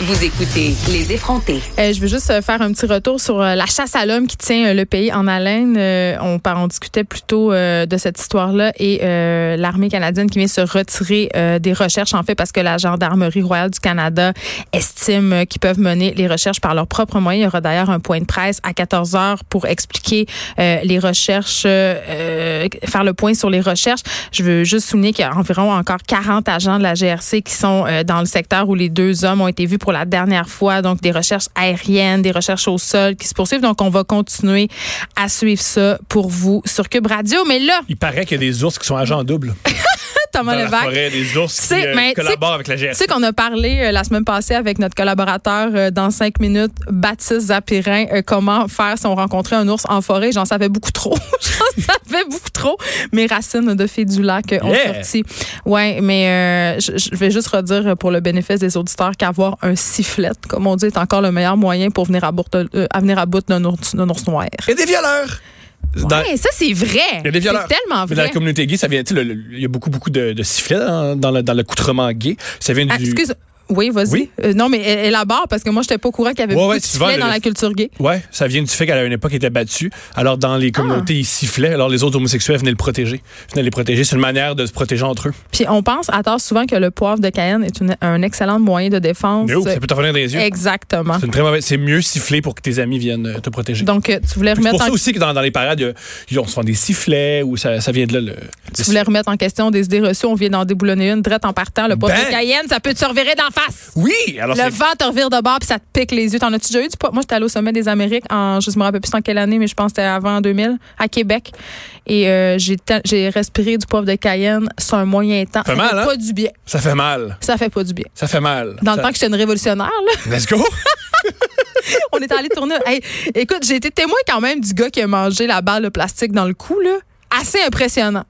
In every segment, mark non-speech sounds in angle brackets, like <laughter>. vous écoutez Les effrontés. Euh, je veux juste euh, faire un petit retour sur euh, la chasse à l'homme qui tient euh, le pays en haleine. Euh, on, par- on discutait plutôt de cette histoire-là et euh, l'armée canadienne qui vient se retirer euh, des recherches, en fait, parce que la Gendarmerie royale du Canada estime euh, qu'ils peuvent mener les recherches par leurs propres moyens. Il y aura d'ailleurs un point de presse à 14 heures pour expliquer euh, les recherches, euh, euh, faire le point sur les recherches. Je veux juste souligner qu'il y a environ encore 40 agents de la GRC qui sont euh, dans le secteur où les deux hommes ont été vus pour la dernière fois. Donc, des recherches aériennes, des recherches au sol qui se poursuivent. Donc, on va continuer à suivre ça pour vous sur Cube Radio. Mais là, Il paraît qu'il y a des ours qui sont agents doubles Thomas dans la Levac, forêt, des ours qui C'est- euh, mais tu sais- collaborent avec la Tu GRC. sais qu'on a parlé euh, la semaine passée avec notre collaborateur euh, dans 5 minutes, Baptiste Zapirin, euh, comment faire si on rencontrait un ours en forêt. J'en savais beaucoup trop. <laughs> J'en savais beaucoup trop. Mes racines de fée du lac euh, ont Yeah. sorti. Ouais, mais euh, je- je vais juste redire euh, pour le bénéfice des auditeurs qu'avoir un sifflet, comme on dit, est encore le meilleur moyen pour venir à, bout de- euh, à venir à bout d'un ours, d'un ours noir. Il y a des violeurs. Dans- Hey, ça, c'est vrai. Il y a des violeurs. C'est tellement Mais Dans la vrai. communauté gay, ça vient, tu sais, le- le- il y a beaucoup, beaucoup de, de sifflets hein, dans, dans le- dans l'accoutrement gay. Ça vient Ah, du. excuse. Oui, vas-y. Oui? Euh, non, mais é- élabore, parce que moi, je n'étais pas au courant qu'il y avait Ouais, beaucoup ouais, de tu sifflets vois, le- dans la culture gay. Ouais, ça vient du fait qu'à une époque, il était battu. Alors, dans Ah. les communautés, ils sifflaient. Alors, les autres homosexuels venaient le protéger. Venaient les protéger. C'est une manière de se protéger entre eux. Puis on pense à tort souvent que le poivre de Cayenne est une- un excellent moyen de défense. Mais oh, ça peut te revenir dans les yeux. Exactement. C'est une très mauvaise. C'est mieux siffler pour que tes amis viennent euh, te protéger. Donc, euh, tu voulais C'est pour remettre, ça en, aussi que dans, dans les parades, il y a- ils ont souvent des sifflets ou ça, ça vient de là. Le, tu voulais remettre en question des idées reçues. On vient d'en déboulonner une drette en partant. Le poivre Ben! de Cayenne, ça peut te revirer d'en face. Oui! Alors, Le c'est vent te revire de bord puis ça te pique les yeux. T'en as-tu déjà eu du poivre? Moi, j'étais allée au sommet des Amériques en, je me rappelle plus en quelle année, mais je pense que c'était avant 2000, à Québec. Et euh, j'ai te- j'ai respiré du poivre de Cayenne sur un moyen temps. Fait ça mal, fait hein? pas du bien. ça fait mal. Ça fait pas du bien. Ça fait mal. Dans le Ça- temps que j'étais une révolutionnaire, là. Let's go! On est allé tourner. Hey, écoute, j'ai été témoin quand même du gars qui a mangé la balle de plastique dans le cou, là. Assez impressionnant.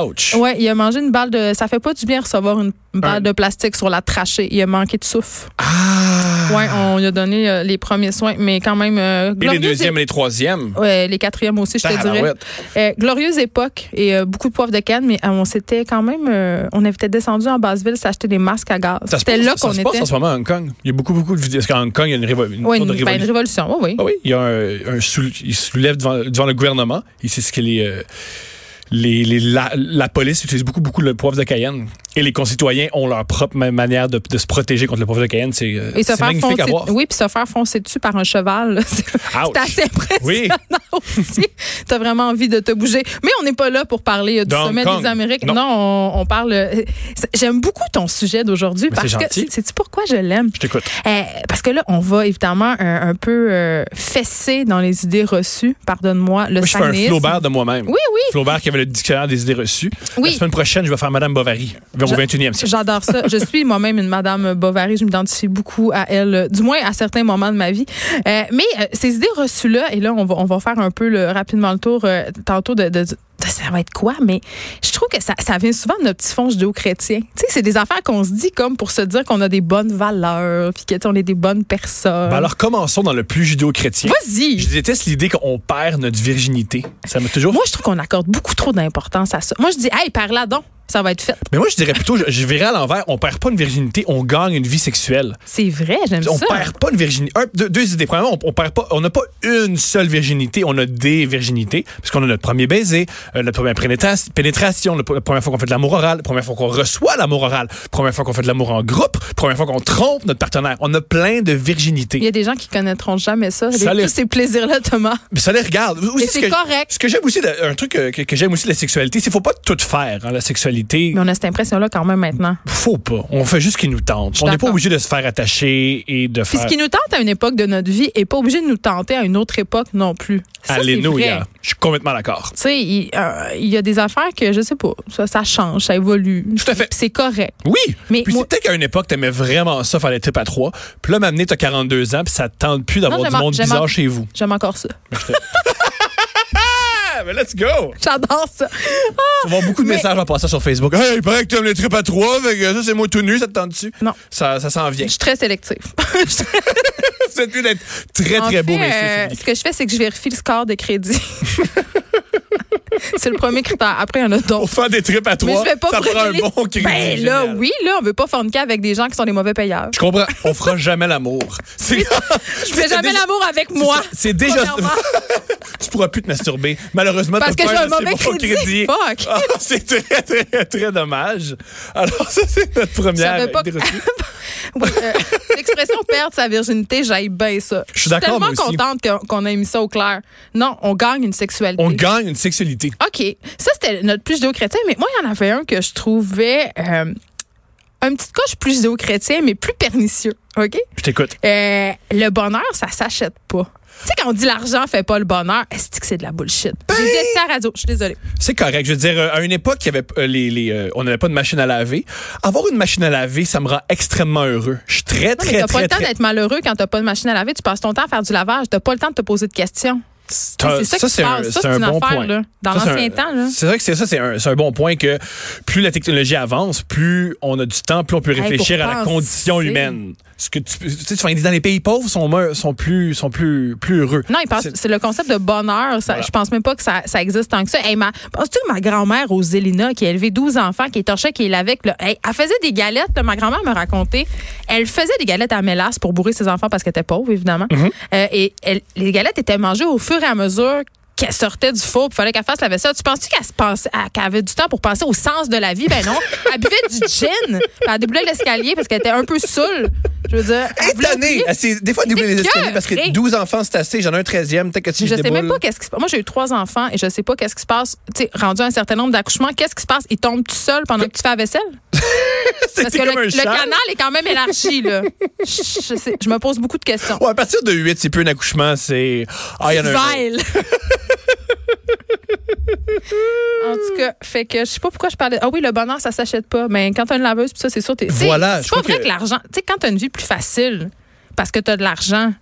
Ouch! Ouais, il a mangé une balle de. Ça fait pas du bien recevoir une balle Un- de plastique sur la trachée. Il a manqué de souffle. Ah! Ouais, on lui a donné euh, les premiers soins, mais quand même. euh, Et les glorieuse deuxièmes et les troisièmes. é- Ouais, les quatrièmes aussi, je te dirais. Tabarouette. Euh, glorieuse époque et euh, beaucoup de poivre de canne, mais euh, on s'était quand même. euh, on était descendu en Basse-Ville s'acheter des masques à gaz. Ça se C'était passe- là ça qu'on se passe était. en ce moment à Hong Kong. Il y a beaucoup, beaucoup de vidéos. Parce qu'à Hong Kong, il y a une, révo- une Ouais, sorte une, de ben, une révolution. révolution. Ouais, oui. Ah oui, il y a un, un soul- il se soulève devant, devant le gouvernement. Et c'est ce que les, euh, les, les- la, la police utilise beaucoup, beaucoup le poivre de Cayenne. Et les concitoyens ont leur propre ma- manière de, de se protéger contre le poivre de Cayenne. C'est euh, Et se c'est faire magnifique foncer, à voir. oui, puis se faire foncer dessus par un cheval, là, <laughs> c'est Ouch. c'est assez impressionnant Oui. <laughs> aussi. T'as vraiment envie de te bouger. Mais on n'est pas là pour parler euh, du De Hong sommet Kong. des Amériques. Non, Non. on, on parle. euh, c'est- J'aime beaucoup ton sujet d'aujourd'hui Mais c'est parce que gentil. c'est pourquoi je l'aime. Je t'écoute. Euh, parce que là, on va évidemment un, un peu euh, fesser dans les idées reçues. Pardonne-moi, le Moi, je fais un saguenayisme. Flaubert de moi-même. Oui, oui. Flaubert qui avait le dictionnaire des idées reçues. Oui. La semaine prochaine, je vais faire Madame Bovary au Je- 21e siècle. J'adore ça. Je suis moi-même une Madame Bovary. Je m'identifie beaucoup à elle, euh, du moins à certains moments de ma vie. Euh, mais euh, ces idées reçues-là, et là, on va, on va faire un peu le, rapidement le tour euh, tantôt de, de- de- ça va être quoi, mais je trouve que ça, ça vient souvent de notre petit fond judéo-chrétien. Tu sais, c'est des affaires qu'on se dit comme pour se dire qu'on a des bonnes valeurs, puis que, tu sais, on est des bonnes personnes. Ben alors, commençons dans le plus judéo-chrétien. Euh. Vas-y! Je déteste l'idée qu'on perd notre virginité. Ça m'a toujours. Moi, je trouve qu'on accorde beaucoup trop d'importance à ça. Moi, je dis, hey, par là donc, ça va être fait. Mais moi, je dirais plutôt, je, je verrais à l'envers, on perd pas une virginité, on gagne une vie sexuelle. C'est vrai, j'aime On ça. perd pas une virginité. Un, deux, deux idées. Premièrement, on, on perd pas, on n'a pas une seule virginité, on a des virginités, puisqu'on a notre premier baiser, euh, la première prénétas- pénétration, le- la première fois qu'on fait de l'amour oral, la première fois qu'on reçoit l'amour oral, la première fois qu'on fait de l'amour en groupe, la première fois qu'on trompe notre partenaire. On a plein de virginités. Il y a des gens qui connaîtront jamais ça. Ça les- les- tous ces plaisirs-là, Thomas. Mais ça les regarde. Aussi, Mais ce c'est que- correct. Ce que j'aime aussi, de- un truc euh, que, que j'aime aussi de la sexualité, c'est qu'il faut pas tout faire. hein, la sexualité, Mais on a cette impression-là quand même maintenant. faut pas. On fait juste ce qui nous tente. On n'est pas d'accord. obligé de se faire attacher et de Puis faire. ce qui nous tente à une époque de notre vie est pas obligé de nous tenter à une autre époque non plus. Ça, c'est Allez-nous, vrai. hier. Je suis complètement d'accord. Tu sais, il euh, il y a des affaires que, je sais pas, ça, ça change, ça évolue. Tout à fait. Puis C'est correct. Oui. Mais puis moi- c'est peut-être qu'à une époque, t'aimais vraiment ça, faire les tripes à trois. Puis là, m'amener, t'as 42 ans, puis ça te tente plus Non, d'avoir du j'aime- monde j'aime- bizarre chez vous. J'aime encore ça. <laughs> Ah, mais let's go! J'adore ça. Tu vas avoir beaucoup de Mais- messages en passant sur Facebook. Hey, il paraît que t'aimes les tripes à trois, fait que ça, c'est moi tout nu, ça te tente dessus. Non. Ça, ça s'en Je vient. suis très sélective. C'est plus d'être très, En très beau, fait, messieurs. euh, c'est fini. ce que je fais, c'est que je vérifie le score de crédit. <laughs> C'est le premier critère. Après, il y en a Pour d'autres. faire des trips à Mais trois, je vais pas ça prend un brûler- bon cri. Ben là, oui, là, on veut pas forniquer avec des gens qui sont des mauvais payeurs. Je comprends. On fera <laughs> jamais l'amour. C'est Je fais c'est jamais déjà- l'amour avec c'est moi. ça, C'est déjà. Premièrement. tu pourras plus te masturber. Malheureusement, Parce t'as que pas j'ai un de ces mauvais bons crédit. crédits. Fuck. Ah, c'est très, très, très dommage. Alors, ça, c'est notre première. savais pas- idée reçue. Oui, euh, L'expression perdre sa virginité, j'aille bien ça. Je suis tellement d'accord, moi aussi. contente qu'on qu'on ait mis ça au clair. Non, on gagne une sexualité. On gagne une sexualité. OK. Ça, c'était notre plus judéo-chrétien, mais moi, il y en avait un que je trouvais euh, un petit coche plus judéo-chrétien, mais plus pernicieux. OK? Je t'écoute. Euh, le bonheur, ça s'achète pas. Tu sais, quand on dit l'argent fait pas le bonheur, est-ce que c'est de la bullshit? J'ai dit ça à la radio, je suis désolée. C'est correct. Je veux dire, euh, à une époque, il y avait, euh, les, les, euh, on n'avait pas de machine à laver. Avoir une machine à laver, ça me rend extrêmement heureux. Je suis très, Non, mais très, t'as pas très, le temps très... d'être malheureux quand t'as pas de machine à laver. Tu passes ton temps à faire du lavage. T'as pas le temps de te poser de questions. un- Ah, C'est ça, qui se passe. Ça, c'est c'est un une bon affaire, point. là. Dans Ça, c'est l'ancien un- temps, là. C'est vrai que c'est ça, c'est un, c'est un bon point que plus la technologie avance, plus on a du temps, plus on peut pour réfléchir à la penser. condition humaine. Ce que tu, tu sais, tu vas dans les pays pauvres sont, meurs- sont plus, sont plus, plus heureux. Non, il pense- C'est- c'est le concept de bonheur. Ça, Voilà. Je pense même pas que ça, ça existe tant que ça. Hey, ma, penses-tu que ma grand-mère, Roselina, qui a élevé 12 enfants, qui est torchée, qui est lavée, que le- hey, elle faisait des galettes. là, ma grand-mère me racontait. Elle faisait des galettes à mélasse pour bourrer ses enfants parce qu'elle était pauvre, évidemment. Mm-hmm. Euh, et elle- les galettes étaient mangées au fur et à mesure qu'elle sortait du four, il fallait qu'elle fasse la vaisselle. Tu penses-tu qu'elle se pensait- à- qu'elle avait du temps pour penser au sens de la vie? Ben non. Elle buvait du gin, puis elle déboulait l'escalier parce qu'elle était un peu saoule. Je veux dire, elle voulait oublier- Étonnée. Ah, Elle s'est des fois doublé les escaliers parce Écoeurée. que 12 enfants, c'est assez. J'en ai un 13e. Peut-être que si je je sais même déboule. pas qu'est-ce qui se passe. Moi, j'ai eu trois enfants et je sais pas qu'est-ce qui se passe. Tu sais, rendu à un certain nombre d'accouchements, qu'est-ce qui se passe? Ils tombent tout seuls pendant que tu fais la vaisselle? Parce <laughs> que C'était comme le, un le char. canal est quand même élargi, <laughs> là. je, je sais- je me pose beaucoup de questions. Ouais, à partir de 8, c'est plus un accouchement, c'est. Ah, il y en a un. autre. Vile. <laughs> en tout cas, fait que je sais pas pourquoi je parlais. Ah oui, le bonheur, ça s'achète pas. Mais quand t'as une laveuse, pis ça, c'est sûr. t'es- t'sais, Voilà, C'est je pas trouve vrai que- que, l'argent. Tu sais, quand t'as une vie plus facile parce que t'as de l'argent.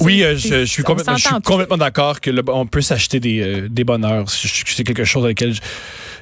Oui, euh, c'est- je, je suis on complètement, je suis s'entend. complètement d'accord que le- on peut s'acheter des, euh, des bonheurs. Je- je- C'est quelque chose avec lequel je-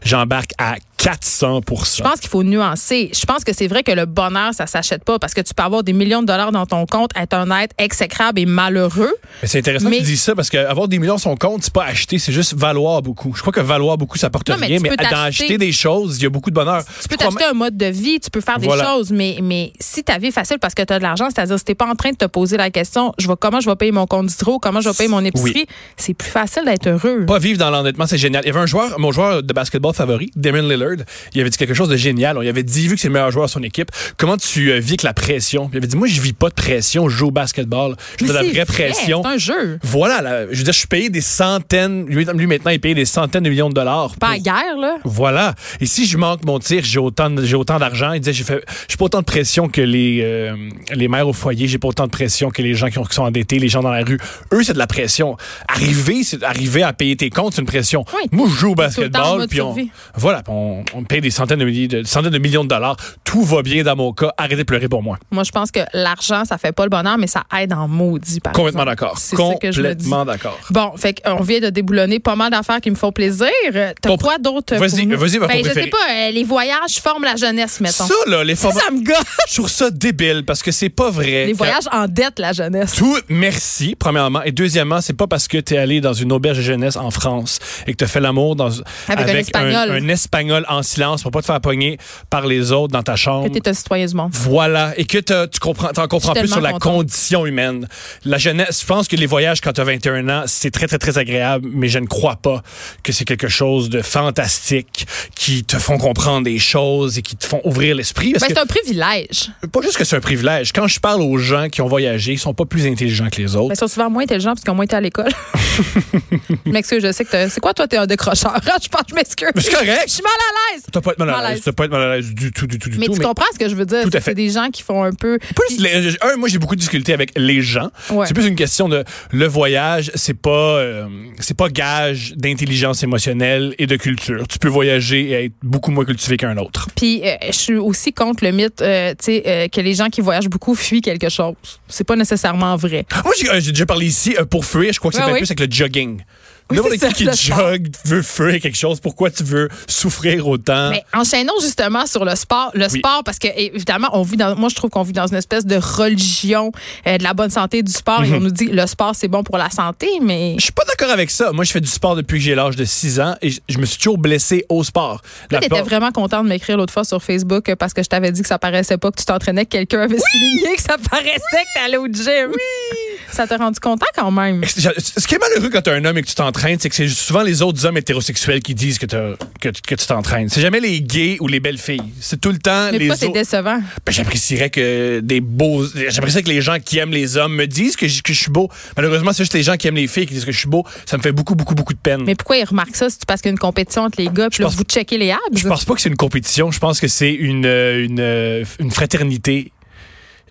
j'embarque à 400 Je pense qu'il faut nuancer. Je pense que c'est vrai que le bonheur, ça s'achète pas parce que tu peux avoir des millions de dollars dans ton compte, être un être exécrable et malheureux. Mais C'est intéressant Mais- que tu dis ça parce qu'avoir des millions sur son compte, c'est pas acheter, c'est juste valoir beaucoup. Je crois que valoir beaucoup, ça porte Non, mais rien, tu mais peux d'en t'acheter- acheter des choses, il y a beaucoup de bonheur. Tu peux Je crois t'acheter un mode de vie, tu peux faire des Voilà. choses, mais, mais si ta vie est facile parce que tu as de l'argent, c'est-à-dire si tu pas en train de te poser la question, je vais, comment je vais payer mon compte d'hydro, comment je vais payer mon épicerie, c'est plus facile d'être heureux. Pas vivre dans l'endettement, c'est génial. Il y avait un joueur, mon joueur de basketball favori, Damon Lillard, il avait dit quelque chose de génial. On lui avait dit, vu que c'est le meilleur joueur de son équipe, comment tu euh, vis avec la pression? Puis Il avait dit, moi, je vis pas de pression, je joue au basketball. Je Mais vis de la c'est vraie vrai, pression. C'est un jeu. Voilà, là, je veux dire, je suis payé des centaines, lui, lui, maintenant, il est payé des centaines de millions de dollars. Pas à pour- guerre, là. Voilà. Et si je manque mon tir, j'ai autant, de- j'ai autant d'argent. Il disait, j'ai fait, j'ai pas autant de pression que les, euh, les mères au foyer. J'ai pas autant de pression que les gens qui, ont- qui sont endettés, les gens dans la rue. Eux, c'est de la pression. Arriver, c'est arriver à payer tes comptes, c'est une pression. Oui. Moi, je joue au tout le temps en basketball, mode puis on, survie. voilà, puis on, on me paye des centaines de milliers, de, centaines de millions de dollars. Tout va bien dans mon cas. Arrêtez de pleurer pour moi. Moi, je pense que l'argent, ça fait pas le bonheur, mais ça aide en maudit, par Complètement exemple. d'accord. C'est ça que je me dis. Complètement d'accord. Bon, fait qu'on vient de déboulonner pas mal d'affaires qui me font plaisir. Euh, T'as Ton- quoi d'autre? Vas-y, pour nous? vas-y, va, ton ben, Je préféré. sais pas, euh, les voyages forment la jeunesse, mettons. Ça, là, les formats, ça me gosse. je trouve ça débile parce que c'est pas vrai. Les que- voyages endettent la jeunesse. Tout merci, premièrement. Et deuxièmement, c'est pas parce que t'es allé dans une auberge de jeunesse en France et que t'as fait l'amour dans, Avec un Espagnol. un Espagnol en silence pour pas te faire pogner par les autres dans ta chambre. Que t'es un citoyen du monde. Voilà. Et que t'as- tu comprends, t'en comprends Je suis plus sur la tellement contente. condition humaine. La jeunesse, je pense que les voyages quand t'as 21 ans, c'est très, très, très agréable, mais je ne crois pas que c'est quelque chose de fantastique qui te font comprendre des choses et qui te font ouvrir l'esprit. Parce Ben, que c'est un privilège. pas juste que c'est un privilège. Quand je parle aux gens qui ont voyagé, ils sont pas plus intelligents que les autres. Ben, ils sont souvent moins intelligents parce qu'ils ont moins été à l'école. <laughs> je m'excuse, je sais que t'as- c'est quoi toi, t'es un décrocheur. <laughs> je pense que je m'excuse. Mais c'est correct. Je suis mal à l'aise. T'as pas être mal à Malaise. l'aise. T'as pas être mal à l'aise du tout, du tout, du Mais tout. tu comprends ce que je veux dire? Tout à C'est que fait. C'est des gens qui font un peu. plus les- un, moi j'ai beaucoup discuté avec les gens. Ouais. C'est plus une question de le voyage, c'est pas euh, c'est pas gage d'intelligence émotionnelle et de culture. Tu peux voyager et être beaucoup moins cultivé qu'un autre. Puis euh, je suis aussi contre le mythe euh, tu sais, euh, que les gens qui voyagent beaucoup fuient quelque chose. C'est pas nécessairement vrai. Hein? Moi j'ai euh, j'ai déjà parlé ici euh, pour fuir, je crois que c'est Ouais, bien oui. plus avec le jogging. Oui, N'importe c'est ça, qui qui le sport. jogue veut fuir quelque chose. Pourquoi tu veux souffrir autant? Mais enchaînons justement sur le sport. Le Oui. sport, parce que évidemment, on vit dans, moi, je trouve qu'on vit dans une espèce de religion euh, de la bonne santé du sport et on nous dit le sport, c'est bon pour la santé, mais. Mhm. Je suis pas d'accord avec ça. Moi, je fais du sport depuis que j'ai l'âge de 6 ans et je, je me suis toujours blessé au sport. La T'étais plupart- vraiment content de m'écrire l'autre fois sur Facebook euh, parce que je t'avais dit que ça paraissait pas que tu t'entraînais, que quelqu'un avait souligné que ça paraissait que t'allais au gym. Ça t'a rendu content quand même. Ce qui est malheureux quand t'es un homme et que tu t'entraînes, c'est que c'est souvent les autres hommes hétérosexuels qui disent que, t'as- que, tu- que tu t'entraînes. C'est jamais les gays ou les belles filles. C'est tout le temps Mais les pourquoi c'est autres. décevant? Ben, j'apprécierais que des beaux. J'apprécierais que les gens qui aiment les hommes me disent que je, que je suis beau. Malheureusement, c'est juste les gens qui aiment les filles qui disent que je suis beau. Ça me fait beaucoup, beaucoup, beaucoup de peine. Mais pourquoi ils remarquent ça? C'est parce qu'il y a une compétition entre les gars, puis là, pense- vous checkez les abs? Je pense pas que c'est une compétition. Je pense que c'est une, euh, une, euh, une fraternité.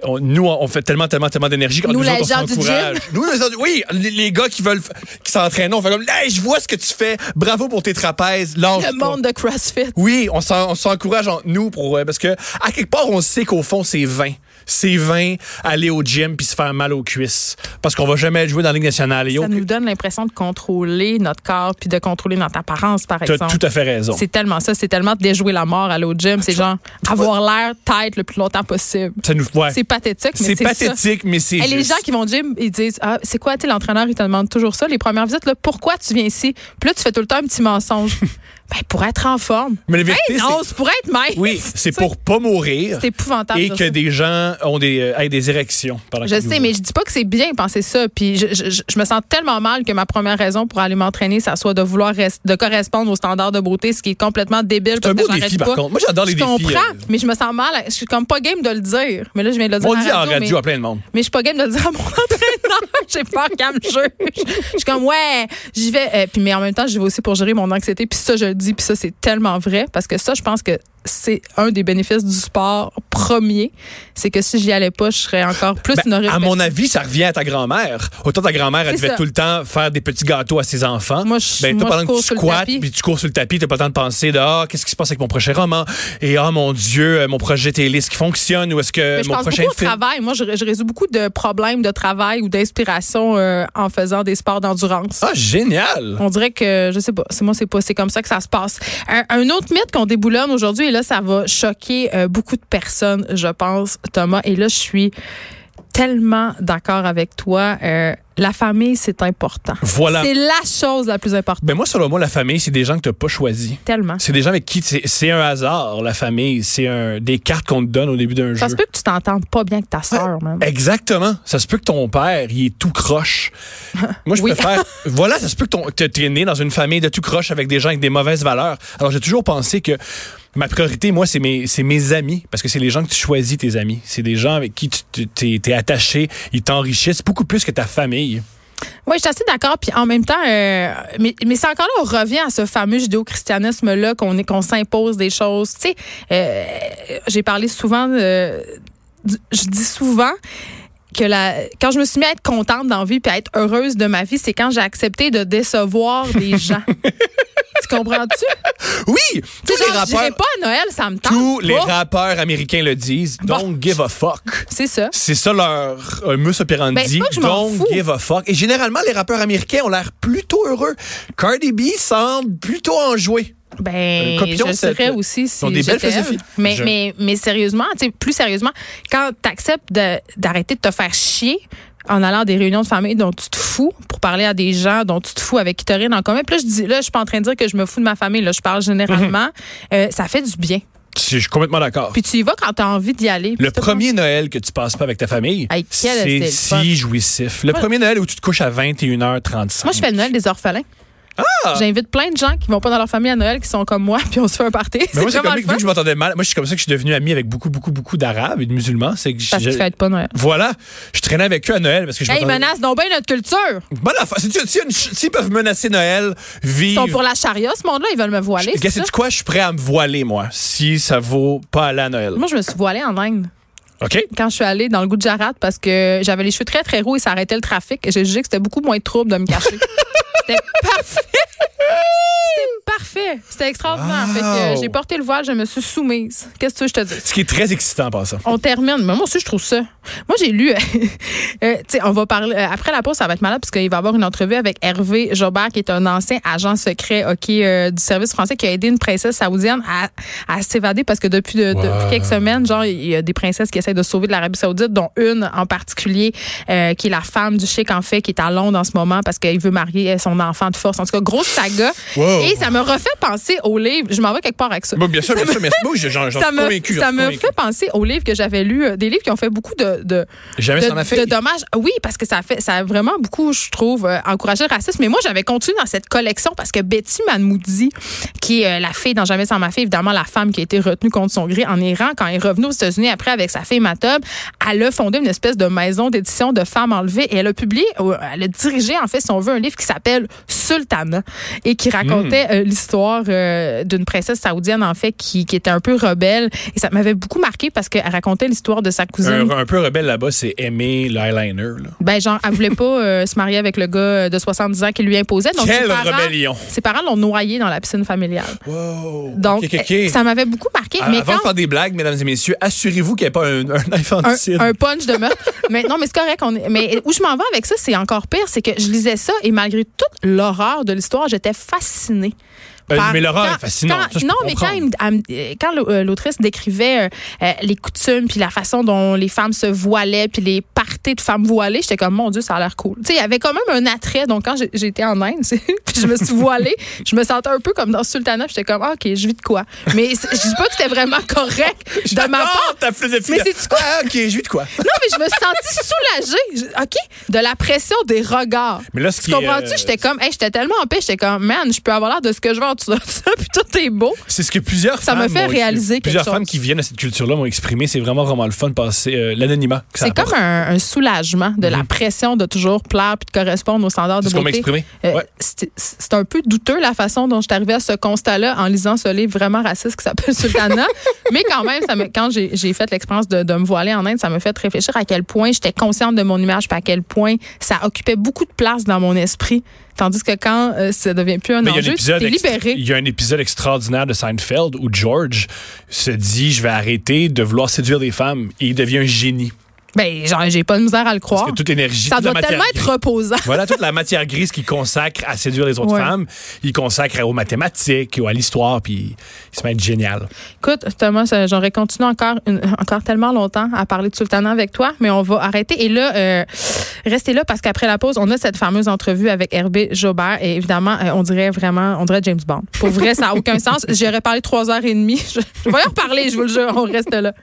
On- nous, on fait tellement, tellement, tellement d'énergie quand Nous, nous, la autres, on genre du s'encourage. Nous, les gens du- oui, les, les gars qui veulent, f- qui s'entraînent, on fait comme, hey, je vois ce que tu fais. Bravo pour tes trapèzes. Lâche Le pas. monde de CrossFit. Oui, on s'en- on s'encourage entre nous pour euh, parce que à quelque part on sait qu'au fond c'est vain. C'est vain aller au gym puis se faire mal aux cuisses parce qu'on va jamais jouer dans la Ligue nationale. Et Ça aucun- nous donne l'impression de contrôler notre corps puis de contrôler notre apparence, par T'as exemple. tout à fait raison. C'est tellement ça, c'est tellement de déjouer la mort à l'autre gym. C'est genre avoir l'air tête le plus longtemps possible. Ça nous ouais. C'est pathétique, mais C'est c'est ça. pathétique mais c'est Et les juste. gens qui vont au gym, ils disent ah, C'est quoi, tu sais, l'entraîneur, il te demande toujours ça, les premières visites, là, pourquoi tu viens ici Puis là, tu fais tout le temps un petit mensonge. <laughs> ben, pour être en forme. Mais la vérité, Hey, c'est- non, c'est pour être <laughs> mince. Oui, c'est pour pas mourir C'est épouvantable. et de que ça. des gens ont des euh, aient des érections pendant Je qu'ils sais, nous mais je dis pas que c'est bien penser ça. Puis je, je- je- je me sens tellement mal que ma première raison pour aller m'entraîner, ça soit de vouloir rest- de correspondre aux standards de beauté, ce qui est complètement débile. C'est un parce que beau j'arrête défi, pas. par contre. Moi, j'adore les je défis, comprends, euh. mais je me sens mal. Je suis comme pas game de le dire. Mais là, je viens de le dire. On à dit la en radio mais- à plein de monde. mais je suis pas game de le dire à mon <laughs> entraîneur. J'ai peur qu'elle me juge. Je suis comme, ouais, j'y vais. Euh, puis, mais en même temps, j'y vais aussi pour gérer mon anxiété. Puis ça, je le dis. Puis ça, c'est tellement vrai. Parce que ça, je pense que c'est un des bénéfices du sport premier. C'est que si j'y allais pas, je serais encore plus Ben, une horrible à mon personne. avis, ça revient à ta grand-mère. Autant ta grand-mère, elle C'est devait ça. tout le temps faire des petits gâteaux à ses enfants. Moi, je- ben, moi, toi, je pendant cours que sur tu le squattes, tapis. puis tu cours sur le tapis, t'as pas le temps de penser de Ah, qu'est-ce qui se passe avec mon prochain roman? Et Ah, mon Dieu, euh, mon projet télé, ce qui fonctionne, ou est-ce que Mais je mon pense prochain beaucoup au film. travail. Moi, je, je résous beaucoup de problèmes de travail ou d'inspiration euh, en faisant des sports d'endurance. Ah, génial! On dirait que, je sais pas, c'est moi, c'est pas, c'est comme ça que ça se passe. Un, un autre mythe qu'on déboulonne aujourd'hui, et là, ça va choquer euh, beaucoup de personnes, je pense, Thomas. Et là, je suis tellement d'accord avec toi. Euh, la famille, c'est important. Voilà. C'est la chose la plus importante, Ben moi, selon moi, la famille, c'est des gens que t'as pas choisi. tellement. C'est des gens avec qui c'est- c'est un hasard, la famille. C'est un des cartes qu'on te donne au début d'un Ça jeu. se peut que tu t'entendes pas bien que ta sœur, même. Exactement. Ça se peut que ton père, il est tout croche. Moi, je Oui. <laughs> préfère. voilà, ça se peut que ton- que tu es né dans une famille de tout croche avec des gens avec des mauvaises valeurs. Alors, j'ai toujours pensé que ma priorité, moi, c'est mes, c'est mes amis, parce que c'est les gens que tu choisis, tes amis. C'est des gens avec qui tu tu- t'es t'es attaché, ils t'enrichissent beaucoup plus que ta famille. Oui, je suis assez d'accord. Puis en même temps, euh, mais, mais c'est encore là, on revient à ce fameux judéo-christianisme-là qu'on est- qu'on s'impose des choses. Tu sais, euh, j'ai parlé souvent, euh, du- je dis souvent que la, quand je me suis mis à être contente dans la vie puis à être heureuse de ma vie, c'est quand j'ai accepté de décevoir des <laughs> gens. tu comprends-tu? Oui! Tu Tous sais, les genre, j'irai rappeurs. pas à Noël, ça me tente Tous les pas. rappeurs américains le disent. Don't give a fuck. C'est ça. C'est ça leur euh, mus Ben, c'est operandi. pas que je m'en Don't fous. give a fuck. Et généralement, les rappeurs américains ont l'air plutôt heureux. Cardi B semble plutôt enjoué. Ben, Euh, copions je cette- serais aussi si ils ont des belles j'étais elle. philosophies. Mais, Je- mais, mais sérieusement, tu sais, plus sérieusement, quand tu acceptes d'arrêter de te faire chier en allant à des réunions de famille dont tu te fous pour parler à des gens dont tu te fous avec qui tu rien en commun. Puis là, je dis, là, je suis pas en train de dire que je me fous de ma famille. Là, je parle généralement. Mhm. Euh, ça fait du bien. Je suis complètement d'accord. Puis tu y vas quand tu as envie d'y aller. Puis Le c'est pas- premier Noël que tu passes pas avec ta famille, Hey, quel c'est c'est le si jouissif. Le premier Noël où tu te couches à 21h35. Moi, je fais le Noël des orphelins. Ah! J'invite plein de gens qui vont pas dans leur famille à Noël, qui sont comme moi, <laughs> puis on se fait un party. Mais C'est Ben moi, c'est vraiment comme le vu que fun. je m'entendais mal. Moi, je suis comme ça que je suis devenu ami avec beaucoup, beaucoup, beaucoup d'Arabes et de musulmans. C'est que Parce je- qu'ils fêtent pas Noël. Voilà, je traînais avec eux à Noël parce que je Hey, ils m'entendais- menacent donc bien notre culture. Bonne affaire. Si tu- si une ch- S'ils peuvent menacer Noël, Ils vivre. sont pour la charia, ce monde-là, ils veulent me voiler. c'est Qu'est-ce ça? que tu quoi? Je suis prêt à me voiler, moi, si ça vaut pas aller à Noël. Moi, je me suis voilée en Inde OK? quand je suis allée dans le Gujarat parce que j'avais les cheveux très, très roux et ça arrêtait le trafic. J'ai jugé que <laughs> c'était beaucoup moins de trouble de me cacher. c'était parfait. C'était parfait. C'était C'était extraordinaire. Fait que, euh, j'ai porté le voile, je me suis soumise. Qu'est-ce que tu veux que je te dise? Ce qui est très excitant en passant. On termine. Mais moi aussi, je trouve ça. Moi, j'ai lu. <laughs> euh, euh, tu sais, on va parler. euh, après la pause, ça va être malade, parce qu'il va y avoir une entrevue avec Hervé Jobert, qui est un ancien agent secret OK, euh, du service français, qui a aidé une princesse saoudienne à, à s'évader, parce que depuis, de- de- Wow. depuis quelques semaines, genre, il y a des princesses qui essaient de se sauver de l'Arabie Saoudite, dont une en particulier, euh, qui est la femme du chic, en fait, qui est à Londres en ce moment, parce qu'il veut marier euh, son enfant de force. En tout cas, grosse saga. Wow. Et ça me refait penser au livre. Je m'en vais quelque part avec ça Bon, bien sûr, bien sûr, mais moi, j'en j'en suis ça me, convaincu. j'en ça suis me convaincu. fait penser aux livres que j'avais lus, euh, des livres qui ont fait beaucoup de, de, Jamais de- ça en a fait. de dommages. Oui, parce que ça, fait, ça a vraiment beaucoup, je trouve, euh, encouragé le racisme. Mais moi, j'avais continué dans cette collection parce que Betty Manmoudi, qui est euh, la fille dans Jamais sans ma fille, évidemment la femme qui a été retenue contre son gré en Iran, quand elle est revenue aux États-Unis après avec sa fille Matob, elle a fondé une espèce de maison d'édition de femmes enlevées et elle a publié, euh, elle a dirigé, en fait, si on veut, un livre qui s'appelle Sultana et qui racontait Hmm. euh, l'histoire euh, d'une princesse saoudienne, en fait, qui, qui était un peu rebelle. Et ça m'avait beaucoup marqué parce qu'elle racontait l'histoire de sa cousine. Un, un peu rebelle là-bas, c'est aimer l'eyeliner. là. Ben, genre, elle voulait pas euh, se marier avec le gars euh, de 70 ans qui lui imposait. Donc, ses Quelle parents, rébellion! Ses parents l'ont noyé dans la piscine familiale. Wow! Donc, Ok, ok, ok. euh, ça m'avait beaucoup marqué. Ah, mais Avant quand de faire des blagues, mesdames et messieurs, assurez-vous qu'il n'y ait pas un, un un, infanticide. un punch de meurtre. <laughs> mais non, mais c'est correct. on est- mais où je m'en vais avec ça, c'est encore pire. C'est que je lisais ça et malgré toute l'horreur de l'histoire, j'étais fascinée. Euh, par- mais l'horreur quand- est fascinante, quand- ça, je non, peux mais quand, il me- elle me- euh, quand l'au- euh, l'autrice décrivait euh, euh, les coutumes puis la façon dont les femmes se voilaient puis les parties de femmes voilées, j'étais comme mon Dieu, ça a l'air cool. Tu sais, il y avait quand même un attrait. Donc quand j'ai- j'étais en Inde, <laughs> c'est- puis je me suis voilée, je me sentais un peu comme dans Sultana. puis J'étais comme Ah, ok, je vis de quoi. Mais c'est- je dis pas que c'était vraiment <laughs> correct de ma J'adore part. ta philosophie. Mais de- c'est-tu quoi? Ah, ok, je vis de quoi? Non, mais je me suis sentie soulagée, je- OK, de la pression des regards. Mais là, ce tu qui est, comprends-tu? euh, J'étais comme, hey, j'étais tellement en paix, j'étais comme, man, je peux avoir l'air de ce que je veux en dessous de ça, <laughs> puis tout est beau. C'est ce que plusieurs Ça femmes me fait m'ont exprimé. réaliser quelque Plusieurs chose. femmes qui viennent de cette culture-là m'ont exprimé. C'est vraiment, vraiment le fun de passer euh, l'anonymat. que ça C'est apporte. Mhm. comme un, un soulagement de la pression de toujours plaire puis de correspondre aux standards de C'est ce qu'on m'a beauté. exprimé. Euh, Ouais. c'est- C'est un peu douteux la façon dont je suis arrivée à ce constat-là en lisant ce livre vraiment raciste qui s'appelle <laughs> Sultana. Mais quand même, ça me- quand j'ai j'ai fait l'expérience de, de me voiler en Inde, ça me fait réfléchir à quel point j'étais consciente de mon image puis à quel point ça occupait beaucoup de place dans mon esprit. Tandis que quand euh, ça devient plus un Mais il y a un enjeu, tu épisode t'es extra- libéré. il y a un épisode extraordinaire de Seinfeld où George se dit je vais arrêter de vouloir séduire des femmes et il devient un génie Ben, genre, j'ai pas de misère à le croire. parce que toute énergie Ah. Ça toute la doit matière tellement être grise- reposant. voilà toute la matière grise qu'il consacre à séduire les autres Ouais. femmes il consacre aux mathématiques ou à l'histoire puis il se met à être génial Écoute, Thomas, euh, j'aurais continué encore, une- encore tellement longtemps à parler de Sultana avec toi, mais on va arrêter. Et là, euh, restez là parce qu'après la pause, on a cette fameuse entrevue avec Hervé Jobert. Et évidemment, euh, on dirait vraiment, on dirait James <laughs> Bond. Pour vrai, ça n'a aucun sens. J'aurais parlé trois heures et demie. Je, je vais y reparler, je vous le jure. On reste là.